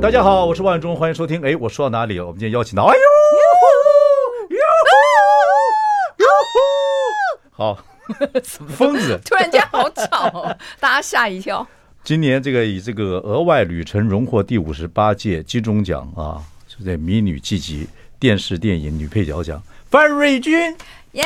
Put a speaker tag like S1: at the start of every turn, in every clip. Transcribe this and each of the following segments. S1: 大家好，我是万忠，欢迎收听。哎，我说到哪里了？我们今天邀请到，哎呦，呦呼，呦呼，好，疯子，
S2: 突然间好吵、哦，大家吓一跳。
S1: 今年这个以这个额外旅程荣获第五十八届金钟奖啊，就在迷女季集电视电影女配角奖，范瑞君。
S2: 耶、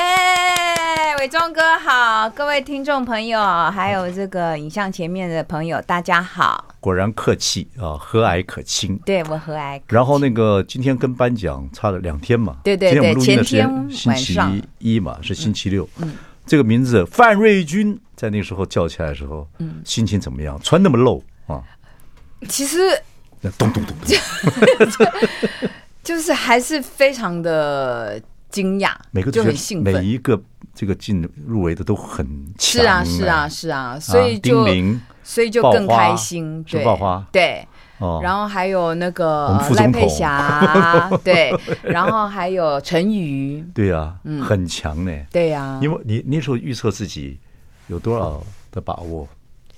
S2: 伟忠哥好，各位听众朋友，还有这个影像前面的朋友，大家好。
S1: 果然客气啊，和蔼可亲。
S2: 对我和蔼，
S1: 然后那个今天跟颁奖差了两天嘛，
S2: 对对
S1: 今天我们
S2: 对
S1: 录音的时
S2: 前
S1: 间
S2: 天嗯
S1: 星
S2: 晚
S1: 期
S2: 上
S1: 一嘛，是星期六。这个名字范瑞君在那时候叫起来的时候，
S2: 嗯
S1: 心情怎么样？穿那么露啊，
S2: 其实
S1: 那咚咚咚咚，
S2: 就是还是非常的惊讶，
S1: 每个
S2: 就
S1: 主持人
S2: 很兴
S1: 每
S2: 奋。
S1: 一个这个进入围的都很强
S2: 是
S1: 哎，
S2: 啊，是啊，是啊，所以就、
S1: 丁玲
S2: 所以就
S1: 爆
S2: 更
S1: 花
S2: 开心，
S1: 是
S2: 对
S1: 爆花
S2: 对。
S1: 哦，
S2: 然后还有那个
S1: 我们副
S2: 赖
S1: 总
S2: 佩
S1: 统
S2: 霞， 对，然后还有陈宇，
S1: 对啊，
S2: 嗯
S1: 很强呢。
S2: 对呀、
S1: 因为你那时候预测自己有多少的把握？
S2: 嗯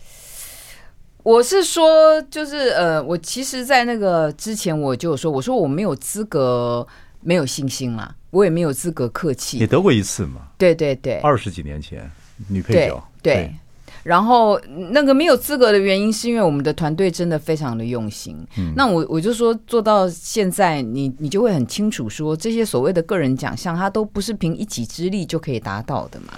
S2: 我是说，就是呃，我其实，在那个之前我就有说，我说我没有资格，没有信心嘛，我也没有资格客
S1: 你
S2: 气。
S1: 得过一次嘛？
S2: 对对对，
S1: 二十几年前女配
S2: 对
S1: 角，
S2: 对。然后那个没有资格的原因，是因为我们的团队真的非常的用心。那我我就说做到现在，你你就会很清楚说，这些所谓的个人奖项，它都不是凭一己之力就可以达到的嘛。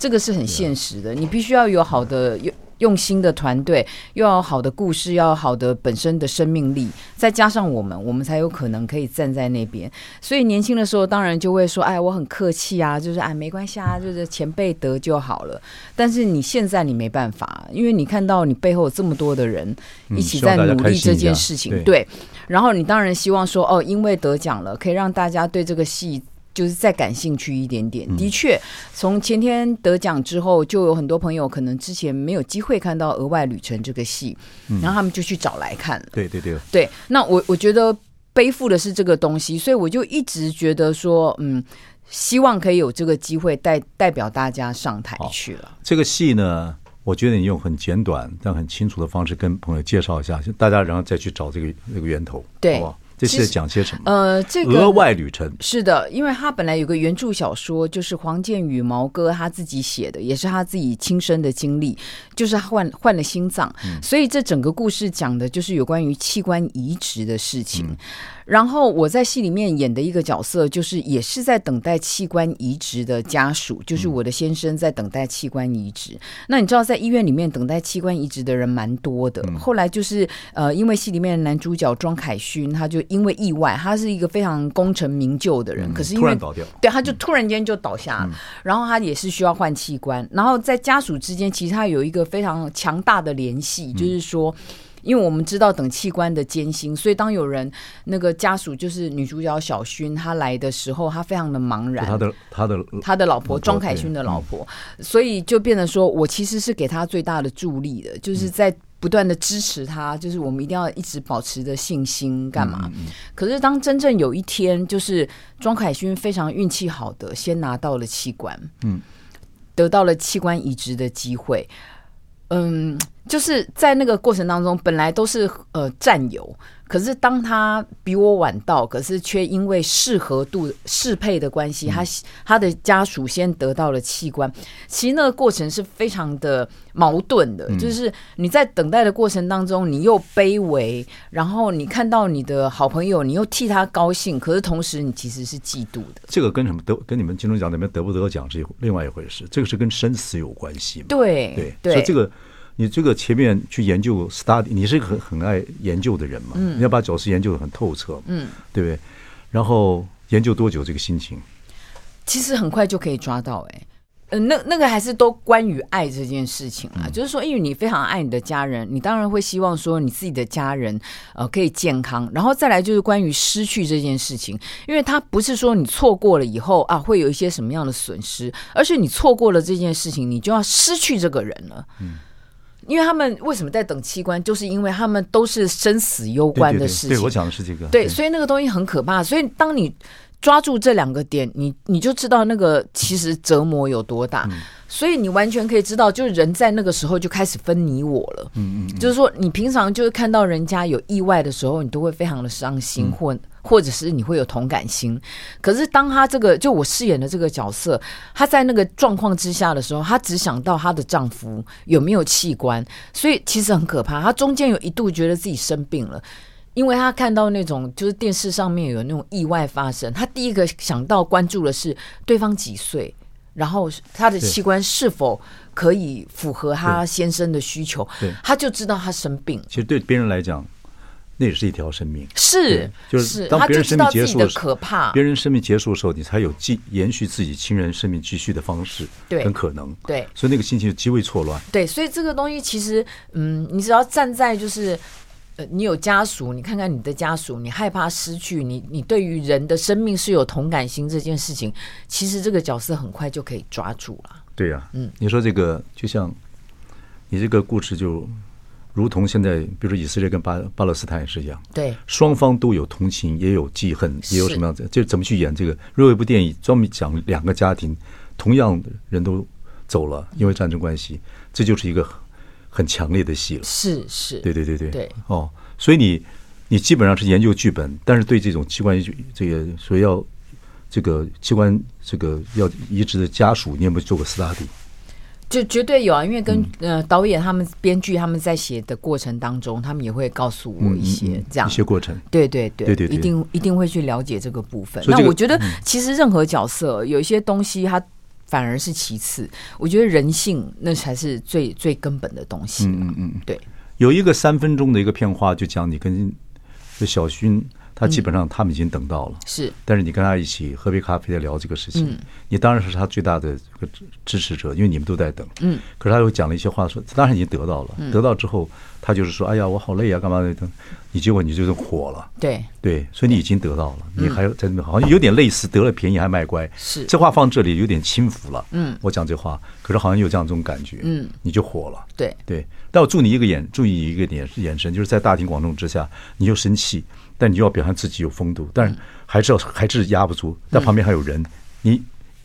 S2: 这个是很现实的，你必须要有好的用用心的团队，又要有好的故事，要有好的本身的生命力，再加上我们，我们才有可能可以站在那边。所以年轻的时候，当然就会说，哎，我很客气啊，就是哎，没关系啊，就是前辈得就好了。但是你现在你没办法，因为你看到你背后有这么多的人
S1: 嗯
S2: 一起在努力这件事
S1: 希
S2: 情，
S1: 望大
S2: 对。然后你当然希望说，哦，因为得奖了，可以让大家对这个戏。就是再感兴趣一点
S1: 嗯
S2: 点，的确，从前天得奖之后，就有很多朋友可能之前没有机会看到《额外旅程》这个戏，然后他们就去找来看了。
S1: 对对对，
S2: 对，那我我觉得背负的是这个东西，所以我就一直觉得说，嗯，希望可以有这个机会代代表大家上台去了。
S1: 这个戏呢，我觉得你用很简短但很清楚的方式跟朋友介绍一下，大家然后再去找这个这个源头，
S2: 对
S1: 好不好？这戏在讲些什么？
S2: 呃，这个
S1: 额外旅程，
S2: 是的，因为他本来有个原著小说，就是黄建宇毛哥他自己写的，也是他自己亲身的经历，就是他换换了心脏，
S1: 嗯
S2: 所以这整个故事讲的就是有关于器官移植的事情。
S1: 嗯
S2: 然后我在戏里面演的一个角色，就是也是在等待器官移植的家属，就是
S1: 嗯
S2: 我的先生在等待器官移植。那你知道，在医院里面等待器官移植的人蛮多的。
S1: 嗯
S2: 后来就是呃，因为戏里面的男主角庄凯勋，他就因为意外，他是一个非常功成名就的人，可是因
S1: 嗯突
S2: 为
S1: 然倒掉，
S2: 对，他就突然间就倒下了，然后他也是需要换器官，然后在家属之间其实他有一个非常强大的联系，就是说。因为我们知道等器官的艰辛，所以当有人那个家属就是女主角小薰，她来的时候，她非常的茫
S1: 就
S2: 然。
S1: 他的他的
S2: 他的老
S1: 老
S2: 婆
S1: 婆
S2: 庄凯
S1: 对
S2: 勋的老婆，所以就变成说我其实是给他最大的助力的，就是在不断的支持他，就是我们一定要一直保持着信心，干嘛？可是当真正有一天，就是庄凯勋非常运气好的，先拿到了器官，
S1: 嗯，
S2: 得到了器官移植的机会，嗯，就是在那个过程当中，本来都是呃战友，可是当他比我晚到，可是却因为适合度适配的关系，他
S1: 嗯
S2: 他的家属先得到了器官。其实那个过程是非常的矛盾
S1: 嗯
S2: 的，就是你在等待的过程当中，你又卑微，然后你看到你的好朋友，你又替他高兴，可是同时你其实是嫉妒的。
S1: 这个跟什么得跟你们金钟奖里面得不得奖是一回另外一回事，这个是跟生死有关系嘛？
S2: 对
S1: 对，
S2: 对，
S1: 所以这个你这个前面去研究 study，你是个很很爱研究的人嘛，
S2: 嗯
S1: 你要把走势研究的很透彻，嗯，对不对？然后研究多久这个心情？
S2: 其实很快就可以抓到、哎，呃，那那个还是都关于爱这件事情
S1: 嗯
S2: 啊，就是说，因为你非常爱你的家人，你当然会希望说你自己的家人呃可以健康，然后再来就是关于失去这件事情，因为它不是说你错过了以后啊会有一些什么样的损失，而是你错过了这件事情，你就要失去这个人了。
S1: 嗯
S2: 因为他们为什么在等器官，就是因为他们都是生死攸
S1: 对
S2: 关
S1: 对
S2: 的
S1: 对
S2: 事，
S1: 对
S2: 情
S1: 我。讲的是这个。
S2: 对，所以那个东西很可怕。所以当你抓住这两个点，你你就知道那个其实折磨有多大。所以你完全可以知道，就是人在那个时候就开始分你我了。嗯嗯，就是说你平常就是看到人家有意外的时候，你都会非常的伤心，或或者是你会有同感心。可是当他这个就我饰演的这个角色，她在那个状况之下的时候，她只想到她的丈夫有没有器官，所以其实很可怕。她中间有一度觉得自己生病了。因为她看到那种就是电视上面有那种意外发生，她第一个想到关注的是对方几岁，然后她的
S1: 对
S2: 器官是否可以符合她先生的需求
S1: 对，
S2: 她就知道她生病了
S1: 其实对别人来讲，那也是一条生命。
S2: 是
S1: 对就是
S2: 是，
S1: 当
S2: 她
S1: 别
S2: 就
S1: 人
S2: 知
S1: 生
S2: 道
S1: 命
S2: 自
S1: 结
S2: 己
S1: 束
S2: 的
S1: 的时候
S2: 可怕
S1: 别。人生命结束的时候，你才有继延续自己亲人生命继续的方式，
S2: 对
S1: 跟可能，
S2: 对
S1: 所以那个心情就极为错乱。
S2: 对，所以这个东西其实，嗯，你只要站在就是，呃，你有家属，你看看你的家属，你害怕失去，你你对于人的生命是有同感心这件事情，其实这个角色很快就可以抓住了。
S1: 对呀、嗯，你说这个就像你这个故事就如同现在，比如说以色列跟巴巴勒斯坦也是一样，
S2: 对，
S1: 双方都有同情，也有记恨，也有
S2: 是
S1: 什么样子，就怎么去演这个。如果有一部电影专门讲两个家庭，同样的人都走了，因为战争关系，这就是一个很很强烈的戏了。
S2: 是是，
S1: 对对对对，
S2: 对
S1: 哦，所以你你基本上是研究剧本，但是对这种器官移植这个所以要这个器官这个要移植的家属，你有没有做过 study？
S2: 就绝对有啊，因为跟、
S1: 嗯
S2: 呃导演他们、编剧他们在写的过程当中，他们也会告
S1: 嗯
S2: 诉我一些、这样
S1: 一些过程，
S2: 对对对，
S1: 对对对
S2: 一定一定会去了解这个部分。
S1: 所以这
S2: 那
S1: 个嗯
S2: 我觉得，其实任何角色、有一些东西，它反而是其次。我觉得人性那才是最最根本的东西。嗯嗯嗯，对
S1: 有一个三分钟的一个片花，就讲你跟就小勋，他基本上他们已经等到了。
S2: 是。
S1: 但是你跟他一起喝杯咖啡在聊这个事情，
S2: 嗯
S1: 你当然是他最大的这个支支持者，因为你们都在等。嗯，可是他又讲了一些话说，当然已经得到了，
S2: 嗯
S1: 得到之后他就是说，哎呀，我好累啊，干嘛的？等你结果你就是火了，
S2: 对，
S1: 对，所以你已经得到了，
S2: 嗯
S1: 你还在那边好像有点类似得了便宜还卖乖，
S2: 是
S1: 这话放这里有点轻浮了。嗯，我讲这话，可是好像有这样一种感觉，嗯，你就火了。
S2: 对
S1: 对，但我祝你一个眼，注意一个眼眼神，就是在大庭广众之下，你又生气，但你又要表现自己有风度，但是还是要还是压不住，但旁边还有人，你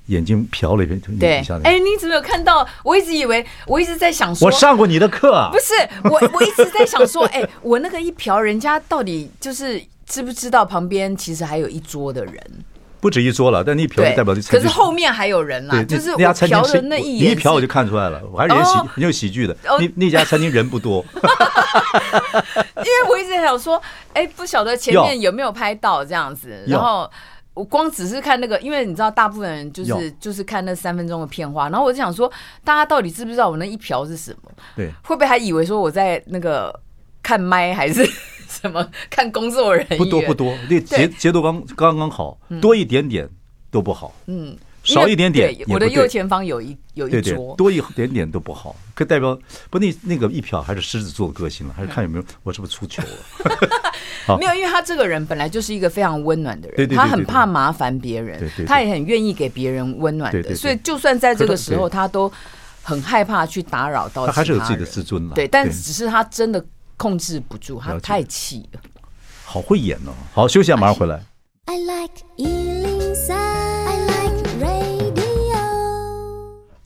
S1: 眼睛瞟了一遍，
S2: 对
S1: 你一下，子
S2: 哎，你怎么有看到？我一直以为，我一直在想说，
S1: 我上过你的课啊
S2: 不，是我，我一直在想说，哎、我那个一瓢，人家到底就是知不知道旁边其实还有一桌的人？
S1: 不止一桌了，但你一瞟
S2: 对，
S1: 就代表这
S2: 可是后面还有人啦，
S1: 对，
S2: 就是
S1: 那
S2: 我
S1: 那家餐厅
S2: 瞟
S1: 是
S2: 的那一
S1: 你
S2: 眼
S1: 一瞟我
S2: 是
S1: 就看出来了，我还是演喜
S2: 哦
S1: 很有喜剧的，
S2: 哦
S1: 那那家餐厅人不 多，
S2: 因为我一直在想说，哎、不晓得前面
S1: 要
S2: 有没有拍到这样子，
S1: 要
S2: 然后。我光只是看那个，因为你知道，大部分人就
S1: 要
S2: 是就是看那三分钟的片花，然后我就想说，大家到底知不知道我那一瓢是什么？
S1: 对。
S2: 会不会还以为说我在那个看麦还是什么看工作人员？
S1: 不多不多，那节节奏刚刚刚好，多一点点都不好，
S2: 嗯，因为
S1: 少一点点
S2: 对
S1: 也，不
S2: 我的
S1: 对
S2: 右前方有一有一
S1: 对对
S2: 桌，，
S1: 多一点点都不好，可代表不那那个一票还是狮子座的个性了，还是看有 没有我是不是出糗了？好
S2: 没有，因为他这个人本来就是一个非常温暖的人，
S1: 对对对
S2: 他很怕麻烦别人，
S1: 对对对
S2: 他也很愿意给别人温暖的，
S1: 对对对
S2: 所以就算在这个时候，
S1: 可
S2: 他都很害怕去打扰到
S1: 他还是有
S2: 其
S1: 自
S2: 他
S1: 己
S2: 人
S1: 的自尊了，
S2: 对，但只是他真的控制不住，他
S1: 了解
S2: 太气了。
S1: 好会演哦。好，休息一下，马上回
S2: 哎
S1: 来。
S3: I like Ealing Sound. I like radio.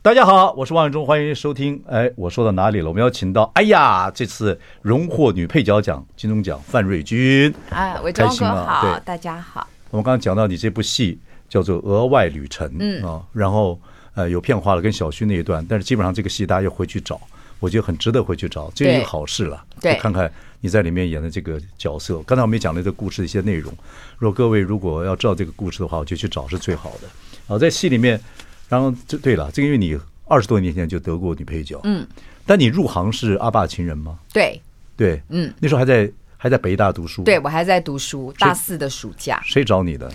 S1: 大家好，我是王永忠，欢迎收听。哎，我说到哪里了？我们邀请到，哎呀，这次荣获女配角奖金钟奖范瑞君。
S2: 啊，伟
S1: 开
S2: 忠
S1: 心
S2: 哥
S1: 啊
S2: 好
S1: 对，
S2: 大家好，
S1: 我们刚刚讲到你这部戏叫做《额外旅程》，嗯啊，然后呃有片花了跟小旭那一段，但是基本上这个戏大家要回去找，我觉得很值得回去找，这是一
S2: 对
S1: 个好事了。
S2: 对
S1: 就看看你在里面演的这个角色。刚才我们也讲了这个故事的一些内容，如果各位如果要知道这个故事的话，我就去找是最好的。啊，在戏里面，然后这对了，这个因为你二十多年前就得过女配角，嗯，但你入行是阿爸情人吗？
S2: 对
S1: 对，
S2: 嗯，
S1: 那时候还在还在北大读书，
S2: 对，，我还在读书，大四的暑假
S1: 谁找你的？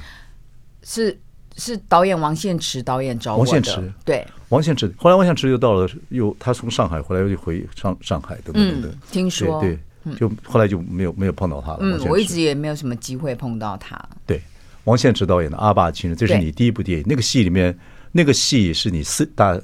S2: 是是导演王献池导演找我
S1: 王
S2: 的，
S1: 献池
S2: 对
S1: 王献之，后来王献之又到了，又他从上海回来又回上上海等等等等
S2: 嗯，，听说
S1: 对对，就后来就没有没有碰到他了。王
S2: 嗯
S1: 献，
S2: 我一
S1: 之
S2: 直也没有什么机会碰到他。
S1: 对，王献之导演的《阿爸情人》，这是
S2: 对
S1: 你第一部电影。那个戏里面，那个戏是你四大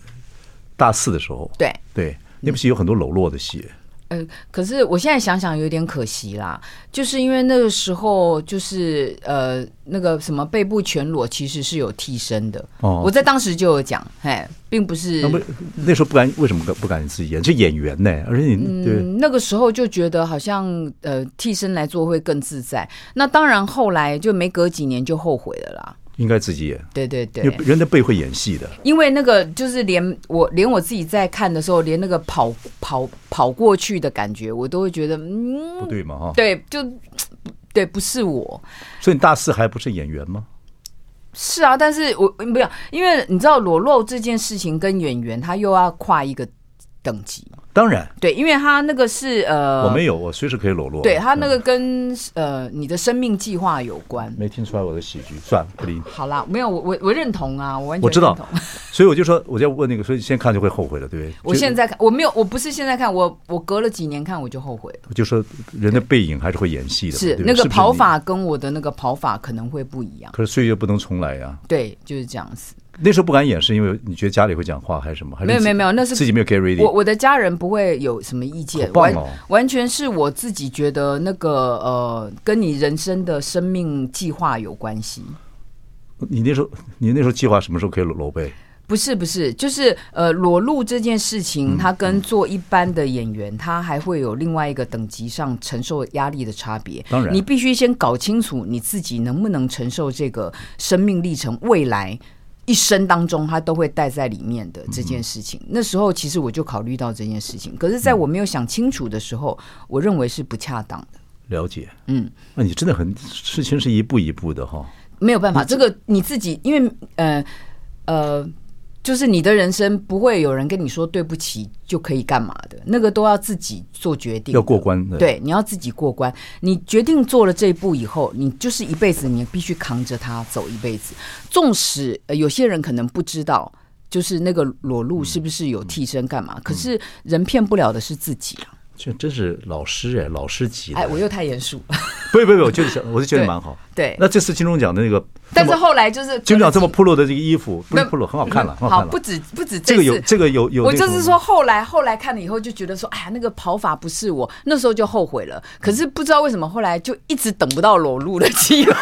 S1: 大四的时候，
S2: 对
S1: 对，那部戏有很多裸露的戏，
S2: 呃，可是我现在想想有点可惜啦，就是因为那个时候就是呃那个什么背部全裸其实是有替身的，
S1: 哦
S2: 我在当时就有讲，嘿，并不是
S1: 那不那时候不敢，为什么不敢自己演？是演员呢，而且你对
S2: 嗯，那个时候就觉得好像呃替身来做会更自在。那当然后来就没隔几年就后悔了啦。
S1: 应该自己演，
S2: 对对
S1: 因
S2: 对
S1: 为，人的背会演戏的。
S2: 因为那个就是连我连我自己在看的时候，连那个跑跑跑过去的感觉，我都会觉得嗯，
S1: 不对嘛哈，
S2: 对，就对，不是我。
S1: 所以你大四还不是演员吗？
S2: 是啊，但是我不要，因为你知道裸露这件事情跟演员他又要跨一个等级，
S1: 当然，
S2: 对，因为他那个是呃，
S1: 我没有，嗯我随时可以裸露。啊
S2: 对他那个跟、呃你的生命计划有关。
S1: 没听出来我的喜剧，算了，不理你。
S2: 好啦，没有我我我认同啊，我完全
S1: 我知道
S2: 认同
S1: 所以我就说，我就问那个，所以先看就会后悔了，对不对？
S2: 我
S1: 就
S2: 现在看我没有，我不是现在看，我我隔了几年看我就后悔了。
S1: 就说人的背影还是会演戏的嘛，
S2: 是
S1: 对不对
S2: 那个
S1: 不
S2: 跑
S1: 你
S2: 法跟我的那个跑法可能会不一样，
S1: 可是岁月不能重来呀、
S2: 对，就是这样子。
S1: 那时候不敢演，是因为你觉得家里会讲话还是什么？还是
S2: 没有
S1: 自
S2: 没有没有，那是
S1: 自己没有 get ready。
S2: 我我的家人不会有什么意见
S1: 好，棒
S2: 完
S1: 哦
S2: 完全是我自己觉得那个呃，跟你人生的生命计划有关系。
S1: 你那时候你那时候计划什么时候可以裸裸背？
S2: 不是不是，就是呃，裸露这件事
S1: 嗯
S2: 情，它跟做一般的演员，他还会有另外一个等级上承受压力的差别。
S1: 当然
S2: 你必须先搞清楚你自己能不能承受这个生命历程，未来一生当中，他都会带在里面的这件事
S1: 嗯
S2: 情。那时候其实我就考虑到这件事情，可是在我没有想清楚的时候，我认为是不恰当的。
S1: 了解，
S2: 嗯，
S1: 那、你真的很事情是一步一步的哈。
S2: 没有办
S1: 嗯
S2: 法，这个你自己，因为呃呃，就是你的人生不会有人跟你说对不起就可以干嘛的，那个都要自己做决定，
S1: 要过关的
S2: 对，你要自己过关。你决定做了这一步以后，你就是一辈子，你必须扛着它走一辈子。纵使、呃、有些人可能不知道。就是那个裸露是不是有替身干嘛？
S1: 嗯
S2: 可是人骗不了的是自己啊！
S1: 这真是老师哎，老师级的。
S2: 哎，我又太严肃了。
S1: 不不不，我就是想，我是觉得
S2: 对
S1: 蛮好。
S2: 对，
S1: 那这次金钟奖的那个，
S2: 但是
S1: 那么
S2: 后来就是
S1: 金钟奖这么
S2: 可能
S1: p 露的这个衣服，不是
S2: 没有
S1: p 露，很好看了，很好
S2: 嗯好，
S1: 看
S2: 不
S1: 了。
S2: 止不止
S1: 这个有
S2: 次
S1: 这个有有，
S2: 我就是说，，后来后来看了以后就觉得说，哎呀，那个跑法不是我，那时候就后悔了。可是不知道为什么，后来就一直等不到裸露的机会，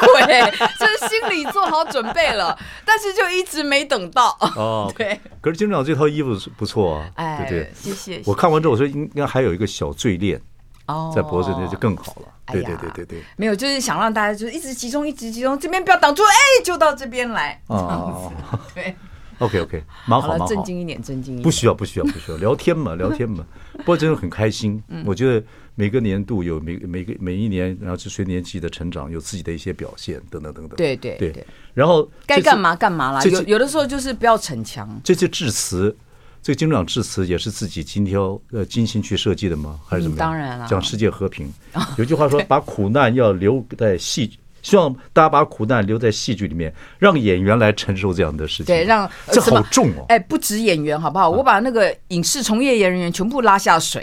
S2: 就是心里做好准备了，但是就一直没等到。
S1: 哦，
S2: 对，
S1: 可是金钟奖这套衣服是不错啊，对
S2: 哎，
S1: 不对？
S2: 谢谢。
S1: 我看完之后，我说应该还有一个小坠链
S2: 哦
S1: 在脖子那就更好了。对对
S2: 哎呀
S1: 对对对。
S2: 没有，就是想让大家就是一直集中，一直集中，这边不要挡住，哎，就到哎这边来。
S1: 哦哦
S2: 对，
S1: ，OK OK，蛮好
S2: 了
S1: 蛮，好，
S2: 正经一点，正经一点。
S1: 不需要不需要不需要，聊天 嘛聊天嘛，不过真的很开心。
S2: 嗯
S1: 我觉得每个年度有每每个每一年，然后是随年纪的成长，有自己的一些表现等等等等。
S2: 对对
S1: 对
S2: 对，
S1: 然后
S2: 该
S1: 这次
S2: 干嘛干嘛啦。
S1: 这
S2: 有
S1: 次
S2: 有的时候就是不要逞强。
S1: 这次致辞，这个金钟奖致辞也是自己精挑呃精心去设计的吗？还是怎么样？
S2: 嗯当然了
S1: 讲世界和 平。有句话说，把苦难要留在戏，希望大家把苦难留在戏剧里面，让演员来承受这样的事情。
S2: 对，让呃
S1: 这
S2: 什么
S1: 好重 哦。
S2: 哎，不止演员好
S1: 啊
S2: 不好？我把那个影视从业人员全部拉下水，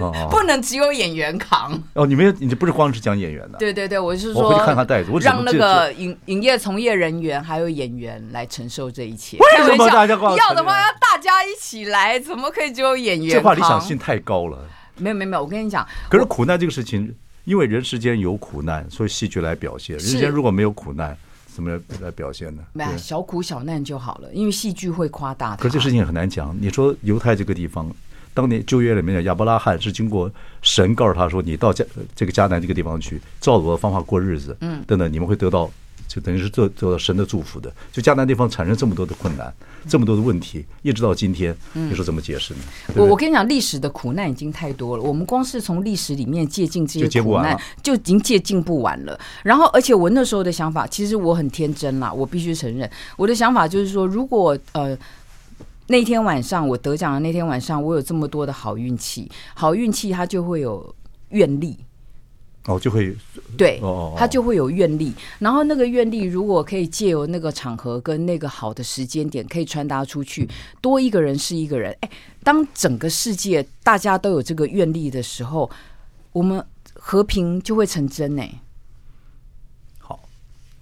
S1: 哦哦
S2: 不能只有演员扛。
S1: 哦，你们你不是光是讲演员的，
S2: 对对对，我是
S1: 我回
S2: 说，
S1: 去看看袋子我只
S2: 让那
S1: 这
S2: 个影影业从业人员还有演员来承受这一切。
S1: 为什么
S2: 开玩笑
S1: 大家光要
S2: 要的
S1: 承
S2: 话
S1: 认
S2: 要大家一起来？怎么可以只有演员扛？
S1: 这话理想性太高了。
S2: 没有没有没有，我跟你讲，哎
S1: 可是苦难这个事情，因为人世间有苦难，所以戏剧来表现。人世
S2: 是
S1: 间如果没有苦难，怎么来表现呢？
S2: 没
S1: 对
S2: 有小苦小难就好了，因为戏剧会夸大它。
S1: 可这事情很难讲。你说犹太这个地方，当年旧约里面的亚伯拉罕是经过神告诉他说，你到迦这个迦南这个地方去，照我的方法过日子，嗯，等等，你们会得到，就等于是得得到神的祝福的。就迦南地方产生这么多的困难，这么多的问题，一直到今天，你说怎么解释呢？对
S2: 嗯我
S1: 不
S2: 我
S1: 对
S2: 跟你讲，历史的苦难已经太多了，我们光是从历史里面借鉴这
S1: 就借
S2: 些
S1: 不
S2: 苦
S1: 完
S2: 难
S1: 了，
S2: 就已经借鉴不完了。然后，而且我那时候的想法，其实我很天真啦，我必须承认，我的想法就是说，如果呃。那天晚上我得奖的那天晚上，我有这么多的好运气，好运气它就会有愿力，
S1: 哦，就会
S2: 对
S1: 哦哦哦，
S2: 他就会有愿力。然后那个愿力如果可以借由那个场合跟那个好的时间点，可以传达出去，多一个人是一个人。哎，当整个世界大家都有这个愿力的时候，我们和平就会成真哎。
S1: 好。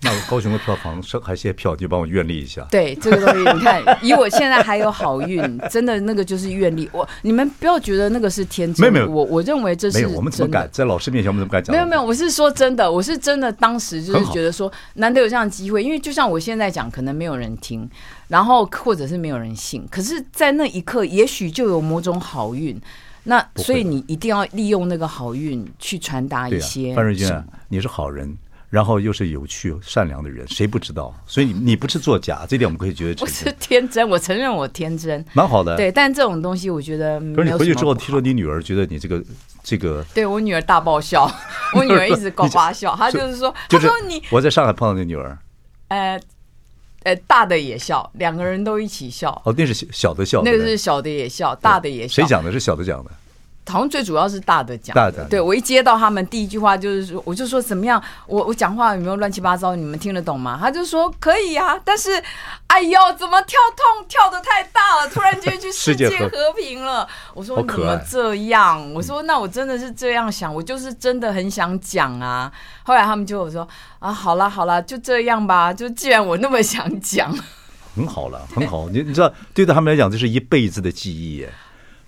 S1: 那我高雄的票房剩还有些票，你就帮我愿力一下。
S2: 对这个东西，你 看， 以我现在还有好运，真的那个就是愿力。我你们不要觉得那个是天真，
S1: 没有没有
S2: 我我认为这是
S1: 没有，我们怎么
S2: 真的
S1: 敢在老师面前？我们怎么敢讲？
S2: 没有没有，，我是说真的，我是真的，当时就
S1: 很
S2: 是
S1: 好
S2: 觉得说，难得有这样的机会，因为就像我现在讲，可能没有人听，然后或者是没有人信，可是，在那一刻，也许就有某种好运。那
S1: 会
S2: 所以你一定要利用那个好运去传达
S1: 对
S2: 一
S1: 呀、
S2: 些
S1: 范瑞
S2: 什
S1: 君、
S2: 么
S1: 啊，你是好人，然后又是有趣善良的人，谁不知道？所以你你不是作 假，这点我们可以觉得
S2: 不
S1: 承
S2: 是
S1: 认，
S2: 天真，我承认我天真，
S1: 蛮好的。
S2: 对，，但这种东西我觉得嗯没
S1: 嗯可是
S2: 有什
S1: 你
S2: 么
S1: 回去之后，
S2: 不
S1: 听说你女儿觉得你这个这个，
S2: 对我女儿大 爆笑，我女儿一直呱呱笑，她就是说，
S1: 就是
S2: 她说你
S1: 我在上海碰到你女儿，
S2: 呃呃大的也笑，两个人都一起笑，
S1: 哦，那是小小的笑，
S2: 那
S1: 对
S2: 个是
S1: 不对
S2: 小的也笑，大的也笑。
S1: 谁？讲的？是小的讲的。
S2: 好像最主要是大的讲。
S1: 大的
S2: 对我一接到他们第一句话就是说，我就说怎么样？我我讲话有没有乱七八糟？你们听得懂吗？他就说可以啊，但是哎呦，怎么跳痛跳的太大了，突然间 去
S1: 世
S2: 世
S1: 界
S2: 界
S1: 和
S2: 和平了。我说
S1: 好
S2: 你怎
S1: 可爱嗯
S2: 么这样？我说那我真的是这样想，我就是真的很想讲啊。后来他们就有说啊，好啦好啦，就这样吧。就既然我那么想讲，
S1: 很好了，很好。你你知道，对他们来讲，这是一辈子的记忆耶，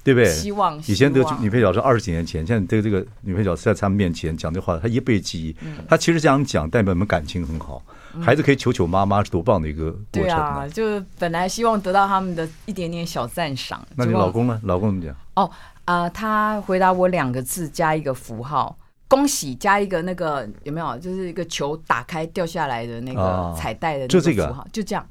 S1: 对不对？
S2: 希望
S1: 以前
S2: 希
S1: 这个
S2: 望
S1: 女配角是二十几年前，现在这个这个女配角在他们面前讲这话，她一辈子记忆。
S2: 嗯
S1: 她其实这样讲，代表你们感情很好，孩子可以求求妈妈，是多棒的一个过
S2: 对
S1: 程
S2: 啊，
S1: 呢。
S2: 就是本来希望得到他们的一点点小赞赏。
S1: 那你
S2: 结果
S1: 老公呢？老公怎么讲？
S2: 哦，啊，他回答我两个字加一个符号，恭喜加一个那个有没有？就是一个球打开掉下来的那
S1: 啊
S2: 个彩带的
S1: 就
S2: 那
S1: 这个
S2: 个符号，就这样。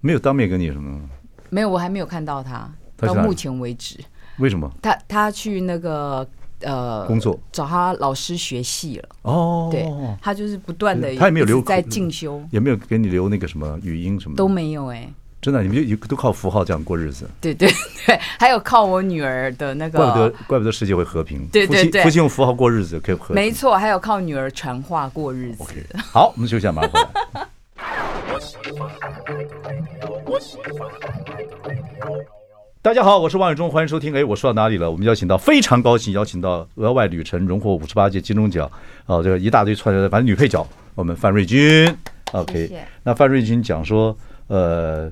S1: 没有当面跟你什么？
S2: 没有，我还没有看到他，
S1: 他去
S2: 到
S1: 哪里
S2: 目前为止，
S1: 为什么？
S2: 他他去那个呃
S1: 工作
S2: 找他老师学戏了，
S1: 哦，
S2: 对他就是不断的
S1: 对他也没有留口
S2: 在进修，
S1: 也没有给你留那个什么语音什么的，
S2: 都没有哎。
S1: 真的，你们就都靠符号这样过日子，
S2: 对对对，还有靠我女儿的那
S1: 怪不得
S2: 个，
S1: 怪不得世界会和平。
S2: 啊对对
S1: 夫妻
S2: 对
S1: 夫妻用符号过日子可以和平。
S2: 没错，还有靠女儿传话过日子。
S1: OK，好，我们休息一下，马上回来。大家好，我是王永忠，欢迎收听。哎，我说到哪里了？我们邀请到非常高兴，邀请到额外旅程荣获五十八届金钟奖，啊、这个一大堆串起来，反正女配角，我们范瑞君。OK，
S2: 谢谢
S1: 那范瑞君讲说，呃，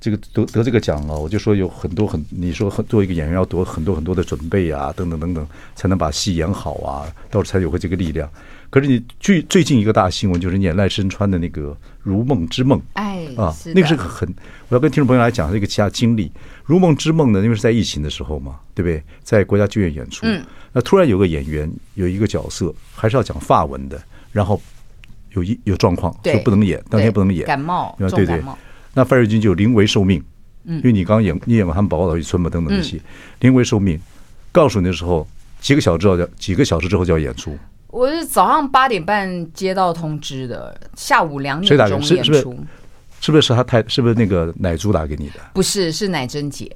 S1: 这个得得这个奖啊，我就说有很多很，你说很作为一个演员要多很多很多的准备啊，等等等等，才能把戏演好啊，到时候才有会这个力量。可是你最最近一个大新闻就是你演赖声川的那个《如梦之梦》。
S2: 哎，
S1: 啊，
S2: 是
S1: 那个
S2: 的
S1: 是个很，我要跟听众朋友来讲这个其他经历。《如梦之梦》呢，因为是在疫情的时候嘛，对不对？在国家剧院演出，
S2: 嗯
S1: 那突然有个演员有一个角色还是要讲法文的，然后有一有状况，
S2: 对
S1: 就不能演，当天
S2: 对
S1: 不能演，
S2: 感冒
S1: 啊
S2: 重
S1: 对
S2: 感
S1: 对
S2: 冒。嗯
S1: 那范瑞军就有临危受命，因为你刚演你演过他们《宝宝岛渔村》嘛等等的戏，临危受命，告诉你的时候几个小时之后就几个小时之后就要演出，
S2: 我是早上八点半接到通知的，下午两
S1: 谁
S2: 点
S1: 打给
S2: 钟
S1: 是
S2: 演
S1: 是不是
S2: 出。
S1: 是不是是他太是不是那个奶珠打给你的？
S2: 不是，是乃珍姐。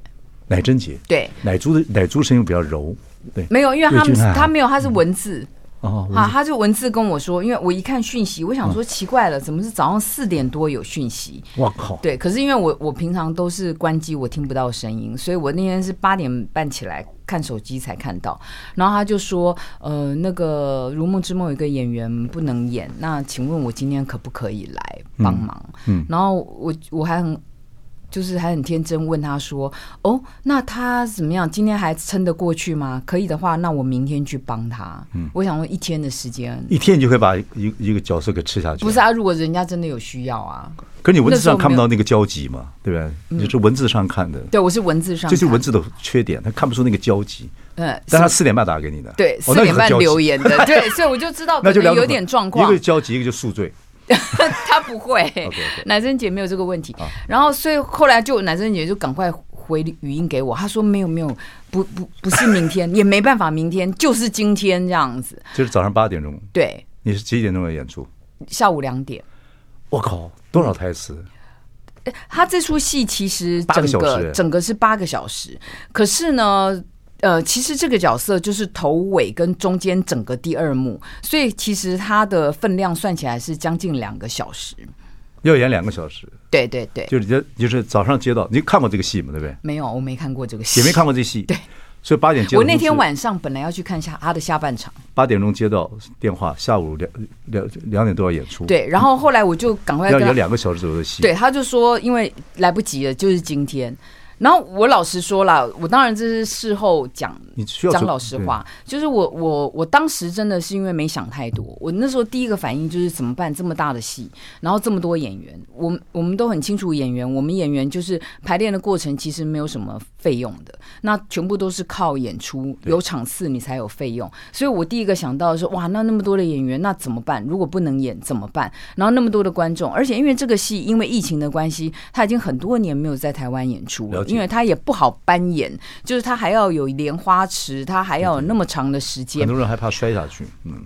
S1: 奶珍姐，
S2: 对，
S1: 奶珠的奶珠声音比较柔，对，
S2: 没有，因为他
S1: 瑞
S2: 们
S1: 君啊
S2: 他没有，他是文字
S1: 哦，
S2: 啊，他就文字跟我说，因为我一看讯息，我想
S1: 嗯
S2: 说奇怪了，怎么是早上四点多有讯息？
S1: 我靠，
S2: 对，可是因为我我平常都是关机，我听不到声音，所以我那天是八点半起来看手机才看到。然后他就说，呃，那个《如梦之梦》有一个演员不能演，那请问我今天可不可以来帮忙？
S1: 嗯嗯
S2: 然后我我还很。就是还很天真问他说：“哦，那他怎么样？今天还撑得过去吗？可以的话，那我明天去帮他。我想问一天的时间，
S1: 嗯一天你就可以把一一一个角色给吃下去。
S2: 不是，啊？如果人家真的有需要啊，
S1: 可是你文字
S2: 那时
S1: 上
S2: 候
S1: 看不到那个交集嘛，对不对？
S2: 嗯
S1: 你是文字上看的，
S2: 对我是文字上
S1: 这
S2: 看，
S1: 就是文字的缺点，他看不出那个交集。
S2: 嗯，
S1: 但他四点半打给你的，
S2: 对，
S1: 哦
S2: 四点半留，言 的，对，所以我就知道
S1: 那
S2: 可
S1: 就两
S2: 能
S1: 种
S2: 有点状
S1: 那就两种可能一
S2: 况
S1: 个是。交集，一个就宿醉。
S2: 他不会
S1: OK，OK，啊
S2: 乃珍姐没有这个问题。然后，所以后来就乃珍姐就赶快回语音给我，她说没有没有，不不不是明天，也没办法，明天就是今天这样子。
S1: 就是早上八点钟，
S2: 对，
S1: 你是几点钟的演出？
S2: 下午两点。
S1: 我靠，多少台词？
S2: 他这出戏其实
S1: 八个
S2: 整
S1: 小时
S2: 个整个是八个小时，可是呢。呃，其实这个角色就是头尾跟中间整个第二幕，所以其实它的分量算起来是将近两个小时。
S1: 要演两个小时，
S2: 对对对，
S1: 就是你就是早上接到，你看过这个戏吗？对不对？
S2: 没有，我没看过这个戏，
S1: 也没看过这戏，
S2: 对，
S1: 所以八点接到
S2: 我
S1: 通知。
S2: 那天晚上本来要去看一下他的下半场，
S1: 八点钟接到电话，下午两两两点多要演出，，
S2: 对，然后后来我就赶快
S1: 要
S2: 跟他
S1: 演两个小时左右的戏，
S2: 对，，他就说因为来不及了，就是今天。然后我老实说啦，我当然这是事后讲
S1: 你需要
S2: 讲
S1: 准
S2: 老实话，就是我我我当时真的是因为没想太多，我那时候第一个反应就是怎么办这么大的戏，然后这么多演员，我们我们都很清楚演员，我们演员就是排练的过程其实没有什么费用的，那全部都是靠演出
S1: 对
S2: 有场次你才有费用，所以我第一个想到的是哇，那那么多的演员那怎么办？如果不能演怎么办？然后那么多的观众，而且因为这个戏因为疫情的关系，他已经很多年没有在台湾演出
S1: 了
S2: 了，
S1: 解
S2: 因为他也不好搬演，就是他还要有莲花池，他还要有那么长的时
S1: 很
S2: 间，
S1: 多人害怕摔下去， 嗯，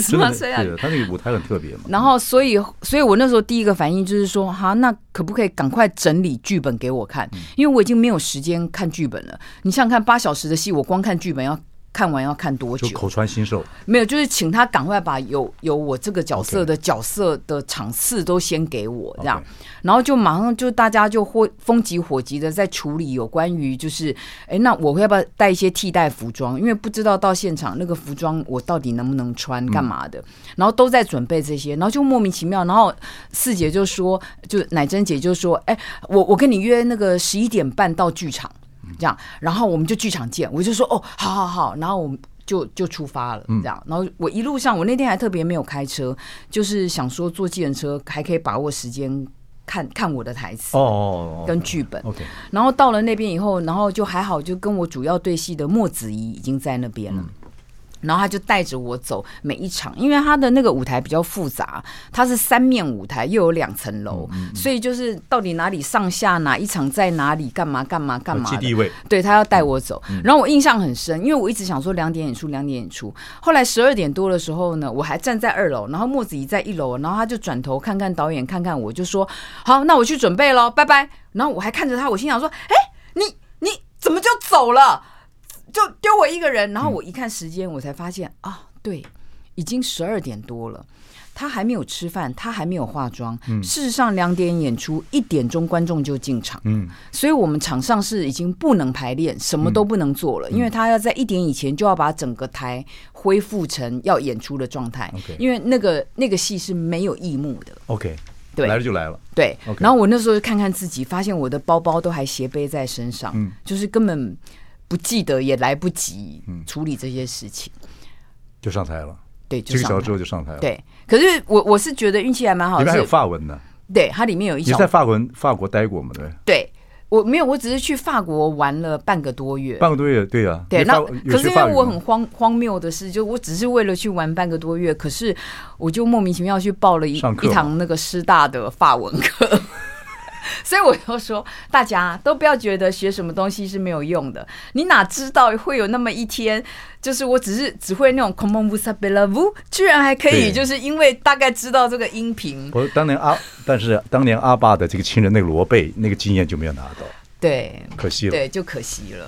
S2: 什
S1: 真
S2: 么
S1: 的，
S2: 这样
S1: 对，他那个舞台很特别嘛，
S2: 然后，所以，所以我那时候第一个反应就是说，哈，那可不可以赶快整理剧本给我看？
S1: 嗯
S2: 因为我已经没有时间看剧本了。你想想看，八小时的戏，我光看剧本要看完要看多
S1: 就
S2: 久？
S1: 口传心授，
S2: 没有，就是请他赶快把有有我这个角色的角色的场次都先给我这样
S1: OK
S2: 然后就马上就大家就会风急火急的在处理有关于就是，哎，那我要不要带一些替代服装？因为不知道到现场那个服装我到底能不能穿，干嘛的、然后都在准备这些，然后就莫名其妙，然后四姐就说，就奶珍姐就说，哎，我我跟你约那个十一点半到剧场。这样，然后我们就剧场见。我就说哦，好好好，然后我们就就出发了，
S1: 嗯
S2: 这样。然后我一路上，我那天还特别没有开车，就是想说坐计程车还可以把握时间看看我的台词
S1: 哦哦哦
S2: 跟剧本。
S1: ，OK，
S2: 然后到了那边以后，然后就还好，就跟我主要对戏的莫子仪已经在那边
S1: 嗯
S2: 了。然后他就带着我走每一场，因为他的那个舞台比较复杂，它是三面舞台，又有两层楼，
S1: 嗯
S2: 所以就是到底哪里上下哪一场在哪里，干嘛干嘛干嘛
S1: 记
S2: 的
S1: 地位，
S2: 对他要带我走，然后我印象很深，因为我一直想说两点演出，两点演出。后来十二点多的时候呢，我还站在二楼，然后墨子怡在一楼，然后他就转头看看导演，看看我，就说：“好，那我去准备喽，拜拜。”然后我还看着他，我心想说：“哎，你你怎么就走了？就丢我一个人？”然后我一看时间，我才发现啊，对，已经十二点多了。他还没有吃饭，他还没有化妆。事实上，两点演出，一点钟观众就进场。
S1: 嗯，
S2: 所以我们场上是已经不能排练，什么都不能做
S1: 嗯
S2: 了，因为他要在一点以前就要把整个台恢复成要演出的状态
S1: OK
S2: 因为那个那个戏是没有异幕的，
S1: OK，
S2: 对
S1: 来了就来了，
S2: 对。
S1: OK
S2: 然后我那时候就看看自己，发现我的包包都还斜背在身上，
S1: 嗯
S2: 就是根本不记得，也来不及
S1: 嗯
S2: 处理这些事情，
S1: 就上台了，
S2: 对，就
S1: 几个
S2: 上
S1: 小时之
S2: 台。
S1: 后就上台了，，
S2: 对，可是我我是觉得运气还蛮好
S1: 里面
S2: 的，
S1: 还有
S2: 是
S1: 法文呢，
S2: 对它里面有一
S1: 你
S2: 小
S1: 在法国法国待过吗？对不对。
S2: 对我没有，我只是去法国玩了半个多月，
S1: 半个多月，对呀、
S2: 对，
S1: 你
S2: 那
S1: 法有
S2: 可是
S1: 学
S2: 因
S1: 法
S2: 为
S1: 语
S2: 我
S1: 吗
S2: 很荒荒谬的是，就我只是为了去玩半个多月，可是我就莫名其妙去报了一
S1: 上课
S2: 一堂那个师大的法文课。 所以我就说，大家都不要觉得学什么东西是没有用的。你哪知道会有那么一天，就是我只是只会那种 “come on, vous s a b e l a v o 居然还可以，
S1: 对
S2: 就是因为大概知道这个音频。
S1: 我当年阿，但是当年阿爸的这个亲人那个罗贝那个经验就没有拿到，
S2: 对
S1: 可惜了。
S2: 对，就可惜了。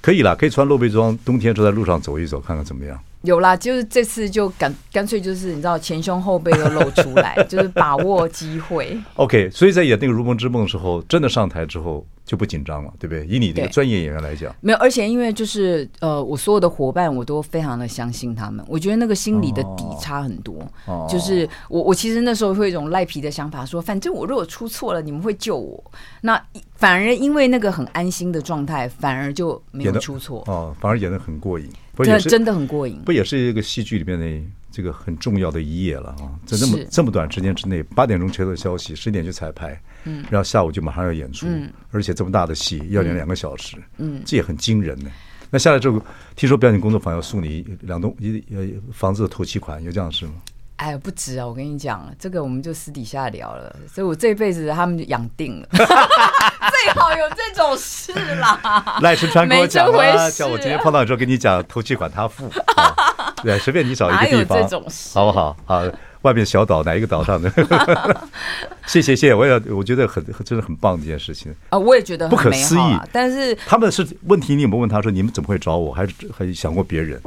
S1: 可以了，可以穿露背装，冬天就在路上走一走，看看怎么样。
S2: 有啦，就是这次就干干脆就是你知道前胸后背都露出 来，就是把握机会。
S1: OK，所以在演那个《如梦之梦》的时候，真的上台之后就不紧张了，对不对？以你这个
S2: 对
S1: 专业演员来讲，
S2: 没有，而且因为就是呃，我所有的伙伴我都非常的相信他们，我觉得那个心理的底差很多。
S1: 哦
S2: 就是我我其实那时候会有一种赖皮的想法说反正我如果出错了，你们会救我。那反而因为那个很安心的状态，反而就没
S1: 演
S2: 有
S1: 得
S2: 出错，
S1: 哦，反而演得很过瘾，不也
S2: 这
S1: 是
S2: 真的很过瘾。
S1: 不也是一个戏剧里面的这个很重要的一页了啊？在这么
S2: 是
S1: 这么短时间之内，八点钟接到消息，十点就彩排，嗯，然后下午就马上要演出，而且这么大的戏要演两个小时，嗯，这也很惊人呢。那下来之后，听说表演工作坊要送你两栋一呃房子的头期款，有这样的事吗？
S2: 哎，不止啊！我跟你讲，这个我们就私底下聊了。所以我这辈子他们就养定了， 最好有这种事啦。
S1: 赖声川跟我讲
S2: 没这回
S1: 了，
S2: 事
S1: 叫我今天碰到你之后跟你讲，头期款他付。啊对，随便你找一
S2: 哪
S1: 个
S2: 有
S1: 地
S2: 这
S1: 方，
S2: 种事？
S1: 好不好？好，外面小岛哪一个岛上的？ 谢谢谢谢，我也我觉得很很真的很棒的一件事情。
S2: 啊，我也觉得
S1: 不可
S2: 很美
S1: 思
S2: 好啊
S1: 议
S2: 但是
S1: 他们是问题，你有没有问他说你们怎么会找我？还是还想过别人？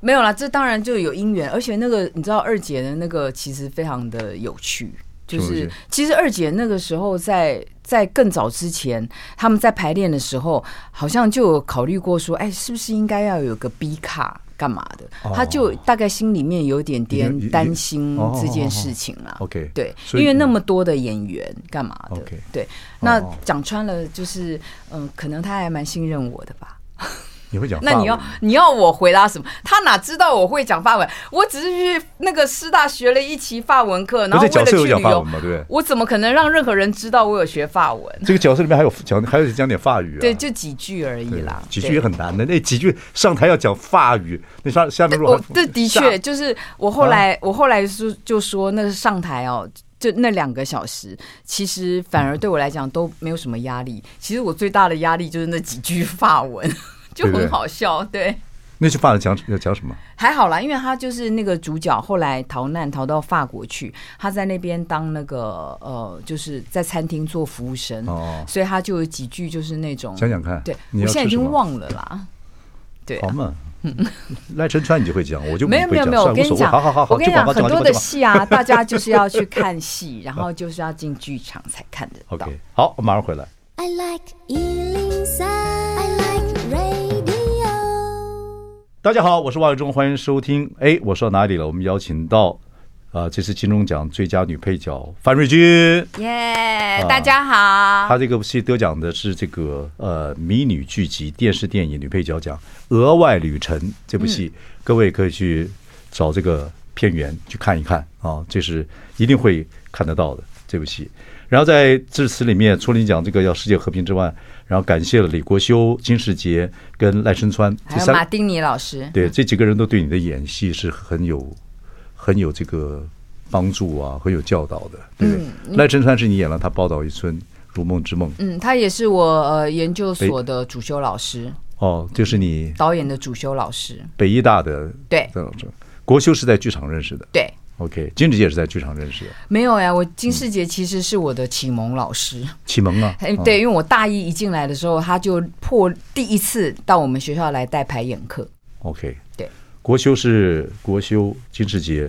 S2: 没有啦，这当然就有因缘，而且那个你知道二姐的那个其实非常的有趣，就
S1: 什么有
S2: 是
S1: 趣
S2: 其实二姐那个时候在在更早之前，他们在排练的时候，好像就有考虑过说，哎，是不是应该要有个 B 卡干嘛的？
S1: 哦
S2: 她就大概心里面有点
S1: 有有
S2: 点担心
S1: 哦
S2: 这件事情啦。
S1: OK
S2: 对，
S1: 所以
S2: 因为那么多的演员干嘛的
S1: OK
S2: 对，那
S1: 哦
S2: 讲穿了就是，嗯，可能他还蛮信任我的吧。
S1: 你会讲法
S2: 那
S1: 文？
S2: 你要你要我回答什么？他哪知道我会讲法文？我只是去那个师大学了一期法文课，然
S1: 不
S2: 后
S1: 是
S2: 为
S1: 角
S2: 了去
S1: 色有
S2: 旅
S1: 讲法文
S2: 游，
S1: 嘛，对不对？
S2: 我怎么可能让任何人知道我有学法文？
S1: 这个角色里面还有讲还有讲点法语啊。
S2: 对，就几句而已
S1: 对
S2: 啦，
S1: 几
S2: 对
S1: 句也很难的。那几句上台要讲法语，那上下面如果
S2: 我这哦的确就是我后来、
S1: 啊
S2: 我后来说就说那个上台哦。就那两个小时，其实反而对我来讲都没有什么压力。其实我最大的压力就是那几句法文， 就
S1: 对不对
S2: 很好笑。对，
S1: 那句法文讲要讲什么？
S2: 还好啦，因为他就是那个主角，后来逃难逃到法国去，他在那边当那个呃，就是在餐厅做服务生，
S1: 哦，
S2: 所以他就有几句就是那种，
S1: 讲讲看。
S2: 对，
S1: 你
S2: 我
S1: 要
S2: 现在
S1: 吃
S2: 已
S1: 什
S2: 经
S1: 么
S2: 忘了啦。对
S1: 好
S2: 啊、
S1: 嘛。 赖声川你就会讲，我就不
S2: 没有
S1: 会
S2: 没有
S1: 讲
S2: 没有，
S1: 算了
S2: 我
S1: 无所
S2: 跟你
S1: 谓
S2: 讲，
S1: 好好好好，
S2: 我跟你讲，
S1: 就
S2: 很
S1: 广告
S2: 多
S1: 就
S2: 的
S1: 广告
S2: 戏啊，大家就是要去看戏，然后就是要进剧场才看得
S1: 就
S2: 到
S1: 广告。OK，好， 我马上回来。
S3: I like Ealing Sound. I like radio.
S1: 大家好，我是王伟忠，欢迎收听。哎，我说到哪里了？我们邀请到呃，这次金钟奖最佳女配角范瑞君。
S2: 耶、
S1: 啊
S2: 大家好，
S1: 她这个戏得奖的是这个呃迷女剧集电视电影女配角奖《额外旅程》这部戏，各位可以去找这个片源去看一看啊，这是一定会看得到的这部戏。然后在致辞里面，除了你讲这个要世界和平之外，然后感谢了李国修、金世杰跟赖声川这
S2: 还有
S1: 三
S2: 马丁尼老师，
S1: 对，这几个人都对你的演戏是很有很有这个帮助啊，很有教导的，对不对？赖声川是你演了他《宝岛一村》《如梦之梦》
S2: 嗯，他也是我呃研究所的主修老师，
S1: 哦，就是你
S2: 导演的主修老师。
S1: 北医大的
S2: 对
S1: 这种国修是在剧场认识的
S2: 对，
S1: ，OK，金直也是在剧场认识的，
S2: 没有呀，我金世杰其实是我的启蒙老师。
S1: 启蒙啊，
S2: 哎，对，因为我大一一进来的时候，他就破第一次到我们学校来带排演课。
S1: o k
S2: 对，
S1: 国修是国修，金世杰、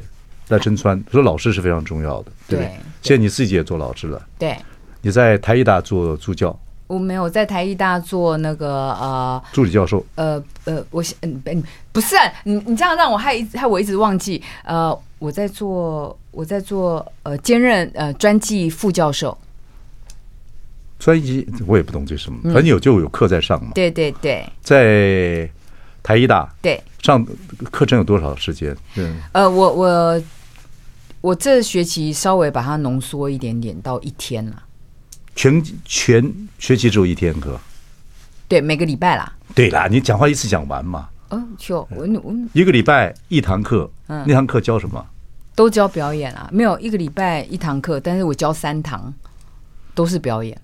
S1: 赖声川，所以老师是非常重要的，对不
S2: 对对
S1: 现在你自己也做老师了，
S2: 对，
S1: 你在台医大做助教、
S2: 我没有在台艺大做那个呃
S1: 助理教授，
S2: 呃呃，我想嗯嗯不是、啊、你你这样让我害一害我一直忘记呃我在做我在做呃兼任呃专技副教授。
S1: 专一我也不懂这是什么，反正有就有课在上嘛，
S2: 嗯对对对
S1: 在台医大
S2: 对，
S1: 上课程有多少时间？嗯，
S2: 呃，我我我这学期稍微把它浓缩一点点到一天了。
S1: 全全学期只有一天课。
S2: 对，每个礼拜啦。
S1: 对啦，你讲话一次讲完嘛，
S2: 嗯，就我我
S1: 一个礼拜一堂课，
S2: 嗯
S1: 那堂课教什么？
S2: 都教表演啊，没有一个礼拜一堂课，但是我教三堂，都是表演，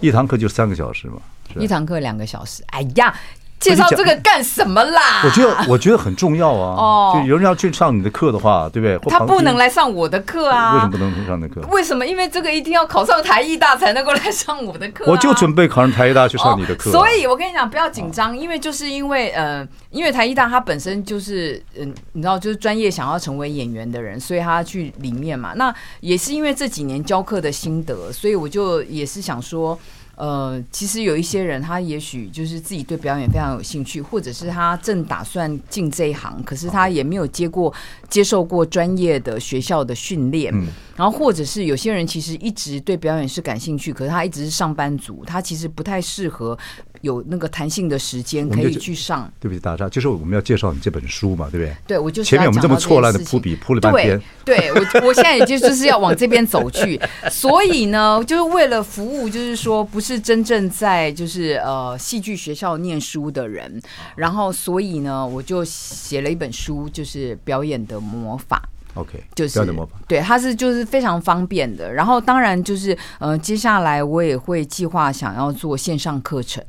S1: 一堂课就三个小时嘛。是吧
S2: 一堂课两个小时。哎呀，介绍这个干什么啦？
S1: 我觉得我觉得很重要啊。
S2: 哦
S1: 就有人要去上你的课的话，对不对？或
S2: 他
S1: 旁
S2: 不能来上我的课啊。
S1: 为什么不？能上你的课？
S2: 为什么？因为这个一定要考上台艺大才能够来上我的课啊、
S1: 我就准备考上台医大去上你的课。啊
S2: 哦。所以我跟你讲，不要紧张，因为就是因为呃，因为台艺大它本身就是嗯，你知道，就是专业想要成为演员的人，所以他去里面嘛。那也是因为这几年教课的心得，所以我就也是想说。呃，其实有一些人，他也许就是自己对表演非常有兴趣，或者是他正打算进这一行，可是他也没有接过、接受过专业的学校的训练，
S1: 嗯
S2: 然后或者是有些人其实一直对表演是感兴趣，可是他一直是上班族，他其实不太适合有那个弹性的时间
S1: 我们就
S2: 可以去上。
S1: 对不起，打岔，就是我们要介绍你这本书嘛，对不对？
S2: 对，我就是
S1: 前面
S2: 要
S1: 我们
S2: 讲
S1: 这么
S2: 到
S1: 错
S2: 件
S1: 乱的
S2: 事
S1: 铺
S2: 情
S1: 笔铺了半天，
S2: 对，对我我现在也就就是要往这边走去，所以呢，就是为了服务，就是说不是真正在就是呃戏剧学校念书的人，然后所以呢，我就写了一本书，就是表演的魔法。
S1: OK，
S2: 就是
S1: 不要那么吧。
S2: 对，它是就是非常方便的。然后当然就是呃，接下来我也会计划想要做线上课程，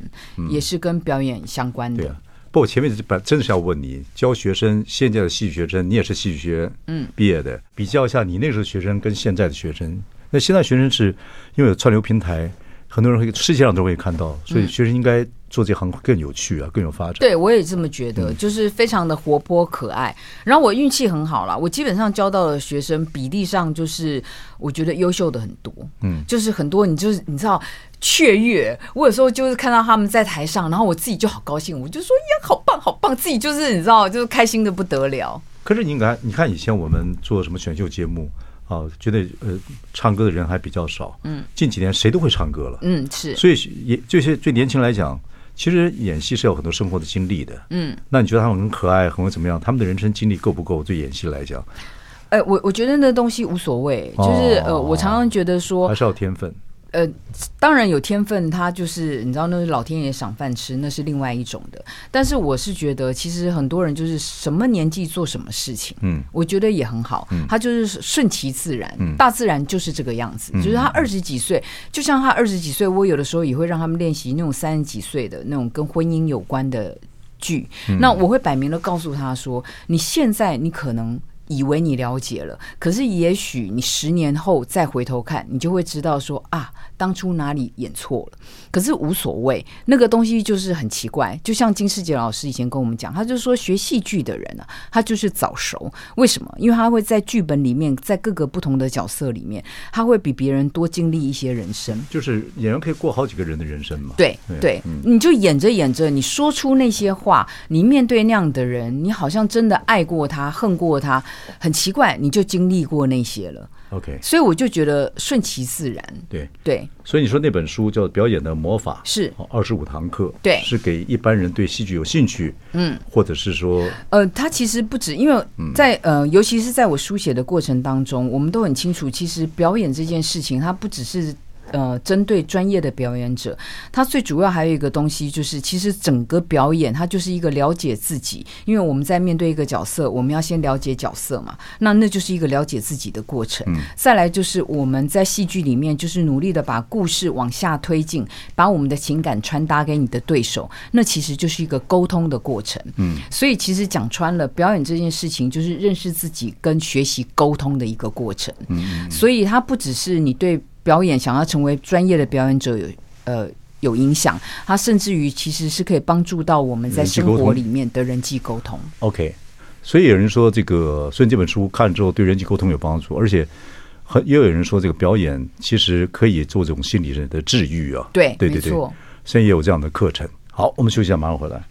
S2: 也是跟表演相关
S1: 嗯对
S2: 的
S1: 啊。，不，我前面本真的是要问你，教学生现在的戏剧学生，你也是戏剧学嗯毕业的，比较一下你那时候学生跟现在的学生，那现在学生是因为有串流平台，很多人会世界上都会看到，所以学生应该做这行更有趣啊，更有发展。
S2: 对，我也这么觉
S1: 嗯
S2: 得，就是非常的活泼可爱。然后我运气很好啦，我基本上教到的学生比例上就是我觉得优秀的很多，
S1: 嗯，
S2: 就是很多你就是你知道。雀跃，我有时候就是看到他们在台上，然后我自己就好高兴，我就说呀，好棒，好棒，自己就是你知道，就是开心的不得了。
S1: 可是你看，你看以前我们做什么选秀节目啊，觉得呃唱歌的人还比较少，嗯，近几年谁都会唱歌了，
S2: 嗯，是，
S1: 所以也这些对年轻人来讲，其实演戏是有很多生活的经历的，
S2: 嗯，
S1: 那你觉得他们很可爱，很会怎么样？他们的人生经历够不够？对演戏来讲，
S2: 哎、我我觉得那东西无所谓，就是、
S1: 哦
S2: 呃，我常常觉得说
S1: 还，是要有天分。
S2: 呃，当然有天分，他就是你知道那是老天爷赏饭吃，那是另外一种的。但是我是觉得，其实很多人就是什么年纪做什么事情，
S1: 嗯，
S2: 我觉得也很好，他就是顺其自然，大自然就是这个样子。就是他二十几岁，就像他二十几岁，我有的时候也会让他们练习那种三十几岁的那种跟婚姻有关的剧。那我会摆明的告诉他说，你现在你可能。以为你了解了，可是也许你十年后再回头看，你就会知道说啊，当初哪里演错了。可是无所谓，那个东西就是很奇怪。就像金世杰老师以前跟我们讲，他就说学戏剧的人啊，他就是早熟。为什么？因为他会在剧本里面，在各个不同的角色里面，他会比别人多经历一些人生。
S1: 就是演员可以过好几个人的人生嘛。
S2: 对
S1: 对嗯
S2: 对，你就演着演着，你说出那些话，你面对那样的人，你好像真的爱过他、恨过他，很奇怪，你就经历过那些了。
S1: ，OK，
S2: 所以我就觉得顺其自然，
S1: 对。
S2: 对，
S1: 所以你说那本书叫《表演的魔法》，
S2: 是
S1: 二十五堂课，
S2: 对
S1: 是给一般人对戏剧有兴趣，嗯，或者是说
S2: 呃，它其实不止，因为在呃，尤其是在我书写的过程当中，我们都很清楚，其实表演这件事情，它不只是。呃，针对专业的表演者，它最主要还有一个东西，就是其实整个表演它就是一个了解自己，因为我们在面对一个角色，我们要先了解角色嘛，那那就是一个了解自己的过程。再来就是我们在戏剧里面，就是努力的把故事往下推进，把我们的情感传达给你的对手，那其实就是一个沟通的过程。嗯，所以其实讲穿了，表演这件事情就是认识自己跟学习沟通的一个过程。嗯所以它不只是你对表演想要成为专业的表演者有呃。有影响，它甚至于其实是可以帮助到我们在
S1: 人际
S2: 生
S1: 沟通
S2: 活里面的人际沟通。
S1: OK，所以有人说这个，虽然这本书看了之后对人际沟通有帮助，而且很也有人说这个表演其实可以做这种心理人的治愈啊。
S2: 对
S1: 对对
S2: 没
S1: 对
S2: 错，
S1: 现在也有这样的课程。好，我们休息一下，马上回来。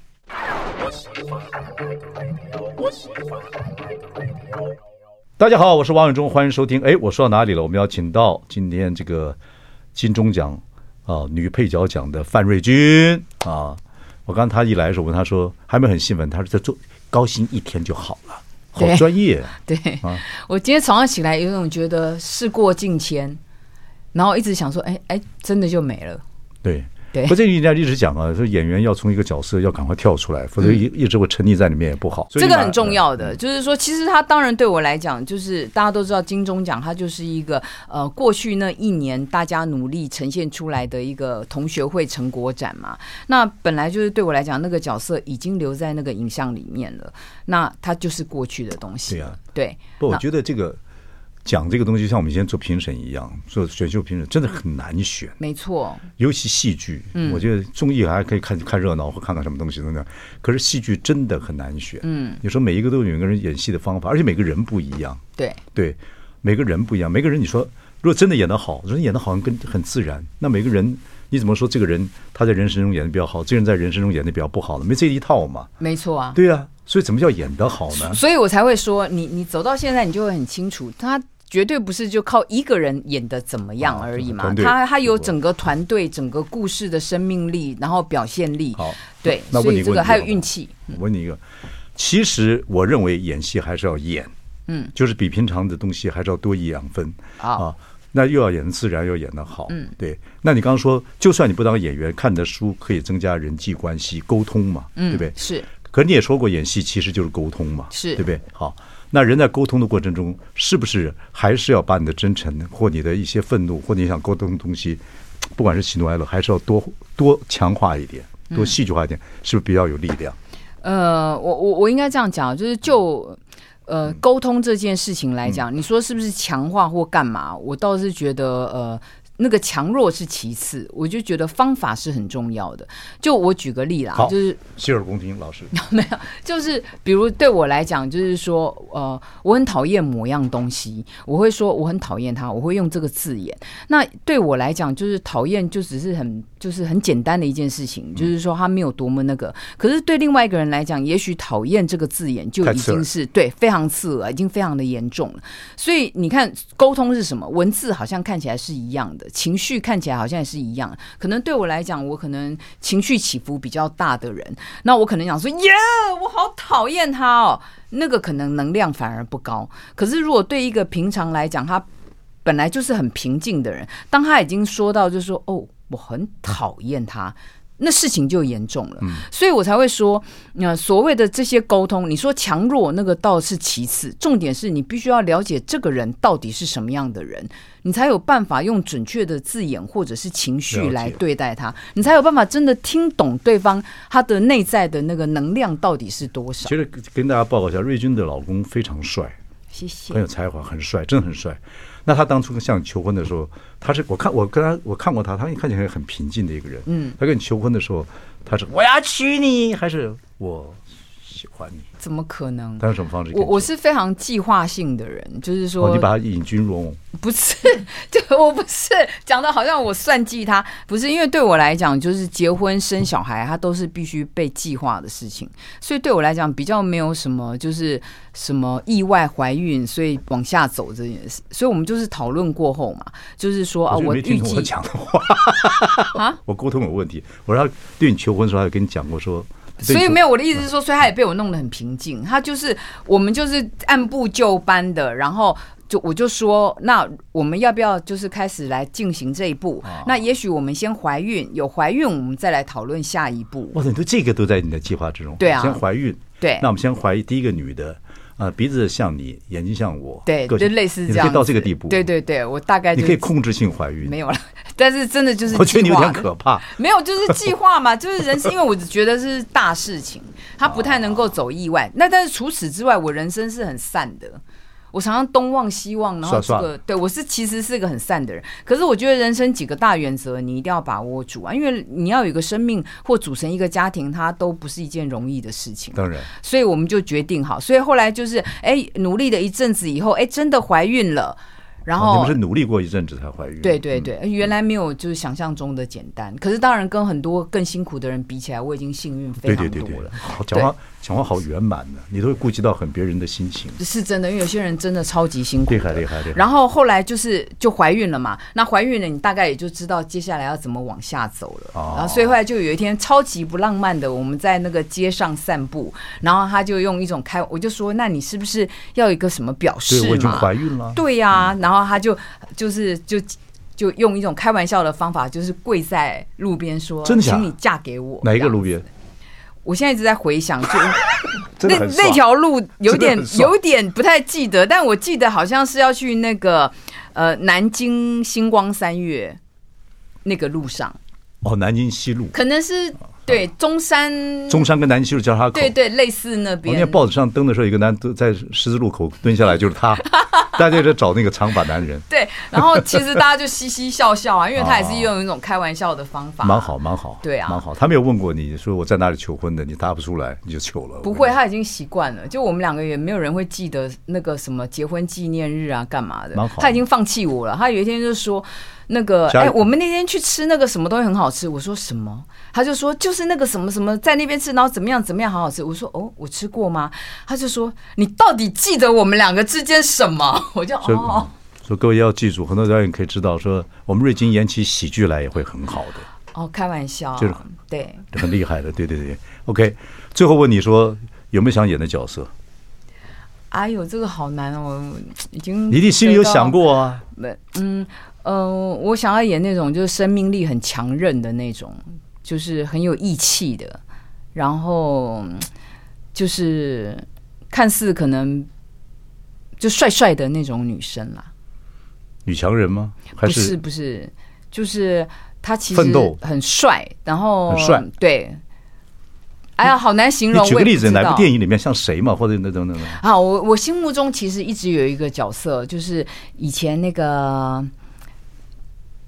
S1: 大家好，我是王永忠，欢迎收听。哎，我说到哪里了？我们要请到今天这个金钟奖啊、女配角奖的范瑞君啊。我刚他一来的时候，我问他说还没有很兴奋，他说在做高兴一天就好了，好
S2: 对
S1: 专业。
S2: 对、
S1: 啊
S2: 我今天早上起来有种觉得事过境迁，然后一直想说，哎哎，真的就没了。
S1: 对，
S2: 对
S1: 不，这人家一直讲啊，说演员要从一个角色要赶快跳出来，否则一一直会沉溺在里面也不好。所以
S2: 嗯这
S1: 你
S2: 个
S1: 把嗯
S2: 很重。要的，就是说，其实它当然对我来讲，就是大家都知道金钟奖，它就是一个呃过去那一年大家努力呈现出来的一个同学会成果展嘛。那本来就是对我来讲，那个角色已经留在那个影像里面了，那它就是过去的东西。
S1: 对啊
S2: 对，
S1: 不，我
S2: 那
S1: 觉得这个讲这个东西，像我们以前做评审一样，做选秀评审真的很难选，
S2: 没错，
S1: 尤其戏剧。
S2: 嗯
S1: 我觉得综艺还可以看看热闹或看看什么东西等等，可是戏剧真的很难选。嗯，你说每一个都有每个人演戏的方法，而且每个人不一样。
S2: 对。
S1: 对，每个人不一样，每个人你说，如果真的演得好，人演得好像跟很自然，那每个人你怎么说这个人他在人生中演的比较好，这个人在人生中演的比较不好呢？没这一套嘛。
S2: 没错啊，
S1: 对啊，所以怎么叫演得好呢？
S2: 所以我才会说，你你走到现在，你就会很清楚，他绝对不是就靠一个人演的怎么样而已
S1: 啊
S2: 嘛，
S1: 团队
S2: 他他有整个团队、整个故事的生命力，然后表现力，
S1: 好，
S2: 对，
S1: 那
S2: 所
S1: 问你
S2: 以
S1: 一个
S2: 这
S1: 问题
S2: 个还有
S1: 好不好
S2: 运气，
S1: 我问你一个，其实我认为演戏还是要演，
S2: 嗯，
S1: 就是比平常的东西还是要多一两分
S2: 好
S1: 啊。那又要演得自然，又要演得好，嗯，对。那你刚刚说，就算你不当演员，看你的书可以增加人际关系沟通嘛，对
S2: 嗯，
S1: 不对？
S2: 是
S1: 可你也说过，演戏其实就是沟通嘛，
S2: 是
S1: 对不对？好，那人在沟通的过程中，是不是还是要把你的真诚或你的一些愤怒或你想沟通的东西，不管是喜怒哀乐，还是要多多强化一点，多戏剧化一点，是不是比较有力量？
S2: 呃，我我我应该这样讲，啊就是就
S1: 嗯
S2: 呃沟通这件事情来讲，你说是不是强化或干嘛？我倒是觉得呃。那个强弱是其次，我就觉得方法是很重要的。就我举个例啦
S1: 好，
S2: 就是
S1: 洗耳恭听，老师。
S2: 就是，比如对我来讲，就是说，呃，我很讨厌某样东西，我会说我很讨厌它，我会用这个字眼。那对我来讲，就是讨厌，就只是很就是很简单的一件事情，就是说它没有多么那
S1: 嗯
S2: 个。可是对另外一个人来讲，也许讨厌这个字眼就
S1: 太
S2: 已
S1: 刺耳
S2: 经是对非常刺耳，已经非常的严重了。所以你看，沟通是什么？文字好像看起来是一样的，情绪看起来好像也是一样。可能对我来讲，我可能情绪起伏比较大的人，那我可能想说，耶，我好讨厌他哦。那个可能能量反而不高。可是如果对一个平常来讲，他本来就是很平静的人，当他已经说到就是说，哦，我很讨厌他。那事情就严重了，
S1: 嗯
S2: 所以我才会说，呃，所谓的这些沟通，你说强弱那个倒是其次，重点是你必须要了解这个人到底是什么样的人，你才有办法用准确的字眼或者是情
S1: 了
S2: 绪
S1: 解
S2: 来对待他，你才有办法真的听懂对方他的内在的那个能量到底是多少
S1: 其。实跟大家报告一下，瑞君的老公非常帅，
S2: 谢谢
S1: 很有才华，很帅，真的很帅。那他当初向你求婚的时候，他是我看我跟他我看过他，他看起来很平静的一个人。嗯，他跟你求婚的时候，他是我要娶你，还是我喜欢你？
S2: 怎么可能？
S1: 他用什么方式跟
S2: 我
S1: 你求？
S2: 我是非常计划性的人，就是说，
S1: 哦，你把他引军入瓮，
S2: 不是， 就我不是讲的好像我算计他，不是因为对我来讲，就是结婚生小孩，它都是必须被计划的事情，所以对我来讲比较没有什么就是什么意外怀孕，所以往下走这件事，所以我们就是讨论过后嘛，就是说啊，
S1: 我觉得
S2: 我
S1: 没听
S2: 预
S1: 懂我
S2: 计
S1: 讲的话
S2: 啊，
S1: 我沟通有问题。我让他对你求婚的时候，他有跟你讲过说，
S2: 所以没
S1: 有
S2: 有我的意思是说，所以他也被我弄得很平静。他就是我们就是按部就班的，然后就我就说，那我们要不要就是开始来进行这一
S1: 哦
S2: 步？那也许我们先怀孕，有怀孕我们再来讨论下一步。
S1: 哇塞，你都这个都在你的计划之中。
S2: 对啊
S1: 先怀孕，
S2: 对
S1: 那我们先怀疑第一个女的，啊，鼻子像你，眼睛像我，
S2: 对，
S1: 个
S2: 就
S1: 性
S2: 类似
S1: 你
S2: 这
S1: 可
S2: 样
S1: 以
S2: 子，
S1: 到这个地步，
S2: 对，对对，我大概
S1: 你
S2: 哎就
S1: 可以控制性怀孕，
S2: 没有了， 但是真的就是
S1: 我觉得你有
S2: 计划
S1: 点可怕。
S2: 没有，就是计划嘛， 就是人生，因为我觉得是大事情，他不太能够走意外。那但是除此之外，我人生是很散的。我常常东望西望，然后这
S1: 算
S2: 个对我是其实是个很散的人。可是我觉得人生几个大原则你一定要把握住啊，因为你要有一个生命或组成一个家庭，它都不是一件容易的事情。
S1: 当然，
S2: 所以我们就决定好，所以后来就是哎、努力了一阵子以后，哎、真的怀孕了，然
S1: 哦你
S2: 后
S1: 们是努力过一阵子才怀孕，嗯
S2: 对对对，原来没有就是想象中的简单，可是当然跟很多更辛苦的人比起来，我已经幸运非
S1: 对
S2: 常
S1: 对
S2: 多
S1: 对
S2: 了。
S1: 对，好讲话讲话好圆满呢，你都会顾及到很别人的心情，
S2: 是真的，因为有些人真的超级辛苦
S1: 厉。害厉害厉害。
S2: 然后后来就是就怀孕了嘛，那怀孕了你大概也就知道接下来要怎么往下走了。
S1: 哦
S2: 然后所以后来就有一天超级不浪漫的，我们在那个街上散步，然后他就用一种开，我就说那你是不是要有一个什么表示嘛？
S1: 对，我已经怀孕了。
S2: 对呀、然后他就就是就就用一种开玩笑的方法，就是跪在路边说：“
S1: 真的假的
S2: 请你嫁给我。”
S1: 哪一个路？边？
S2: 我现在一直在回想，就
S1: 真
S2: 那
S1: 的很爽
S2: 那条路
S1: 真
S2: 有
S1: 的
S2: 点
S1: 很爽
S2: 有点不太记得，但我记得好像是要去那个呃南京星光三月那个路上，
S1: 哦，南京西路，
S2: 可能是对中山
S1: 哦中山跟南京西路交叉口。哦
S2: 对对类似那
S1: 我那
S2: 边。
S1: 天报纸上登的时候，有个男的在十字路口蹲下来，就是 他，大家在找那个长发男人，
S2: 对，然后其实大家就嘻嘻笑 笑啊，因为他也是用一种开玩笑的方法，
S1: 哦蛮好蛮好，
S2: 对啊
S1: 蛮好。他没有问过你说我在哪里求婚的，你答不出来，你就糗了。
S2: 不
S1: 我跟
S2: 会，
S1: 你
S2: 他已经习惯了。就我们两个也没有人会记得那个什么结婚纪念日啊，干嘛的
S1: 蛮好。
S2: 他已经放弃我了。他有一天就说：“那个，
S1: 家
S2: 哎、我们那天去吃那个什么东西很好吃。”我说：“什么？”他就说：“就是那个什么什么，在那边吃，然后怎么样怎么样，好好吃。”我说：“哦，我吃过吗？”他就说：“你到底记得我们两个之间什么？” 我就
S1: 所以
S2: 哦。
S1: 所以各位要记住，很多导演可以知道说，我们瑞金演起喜剧来也会很好的，
S2: 哦，开玩笑，
S1: 就是
S2: 对，
S1: 很厉害的。对对对，OK。最后问你说有没有想演的角色？
S2: 哎呦，这个好难哦，已经
S1: 你一定心里有
S2: 得到
S1: 想过啊。
S2: 嗯呃，我想要演那种就是生命力很强韧的那种，就是很有义气的，然后嗯就是看似可能就帅帅的那种女生啦，
S1: 女强人吗？还
S2: 不
S1: 是
S2: 是不是，就是她其
S1: 奋斗
S2: 实很帅，然后
S1: 很帅
S2: 对。哎呀，好难形
S1: 你
S2: 容。
S1: 举个例子，哪部电
S2: 影？
S1: 影里面像谁嘛，或者那种那种
S2: 好，我我心目中其实一直有一个角色，就是以前那个。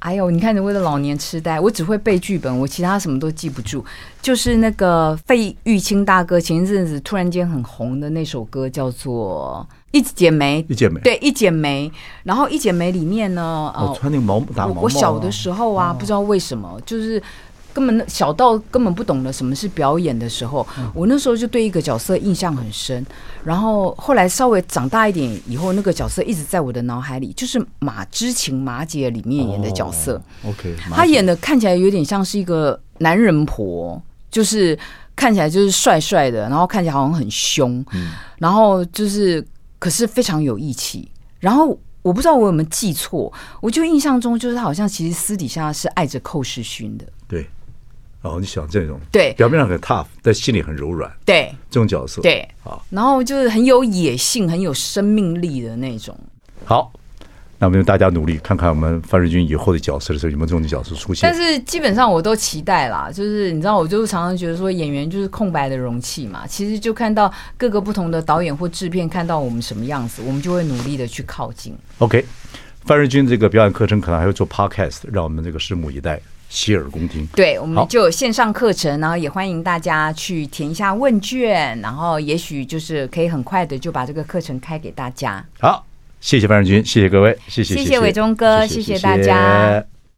S2: 哎呦，你看你为了老年痴呆，我只会背剧本，我其他什么都记不住。就是那个费玉清大哥前一阵子突然间很红的那首歌，叫做《一剪梅》。
S1: 一剪梅，
S2: 对，《一剪梅》，然后《一剪梅》里面呢，呃，
S1: 哦，穿那个毛打毛毛
S2: 我
S1: 啊。嗯
S2: 我小的时候啊，不知道为什么，就是根本小到根本不懂得什么是表演的时候，
S1: 嗯
S2: 我那时候就对一个角色印象很深。然后后来稍微长大一点以后，那个角色一直在我的脑海里，就是《马之情》马姐里面演的角色，
S1: 哦，OK，
S2: 她演
S1: 的
S2: 的看起来有点像是一个男人婆，就是看起来就是帅帅的，然后看起来好像很凶，然后就是可是非常有义气。然后我不知道我有没有记错，我就印象中就是他好像其实私底下是爱着寇世勋的，
S1: 对。哦，你想这种
S2: 对
S1: 表面上很 tough，但心里很柔软，
S2: 对
S1: 这种角色。，
S2: 对
S1: 好，
S2: 然后就是很有野性、很有生命力的那种。
S1: 好，那么大家努力看看我们范瑞军以后的角色的时候有没有这种角色出现
S2: 但。是基本上我都期待啦，就是你知道，我就常常觉得说演员就是空白的容器嘛，其实就看到各个不同的导演或制片看到我们什么样子，我们就会努力的去靠近。
S1: OK，范瑞军这个表演课程可能还会做 podcast，让我们这个拭目以待，洗耳恭听。
S2: 对，我们
S1: 好
S2: 就有线上课程，然后也欢迎大家去填一下问卷，然后也许就是可以很快的就把这个课程开给大家。
S1: 好，谢谢范瑞军，谢谢各位，谢谢
S2: 谢谢伟忠哥谢谢大家。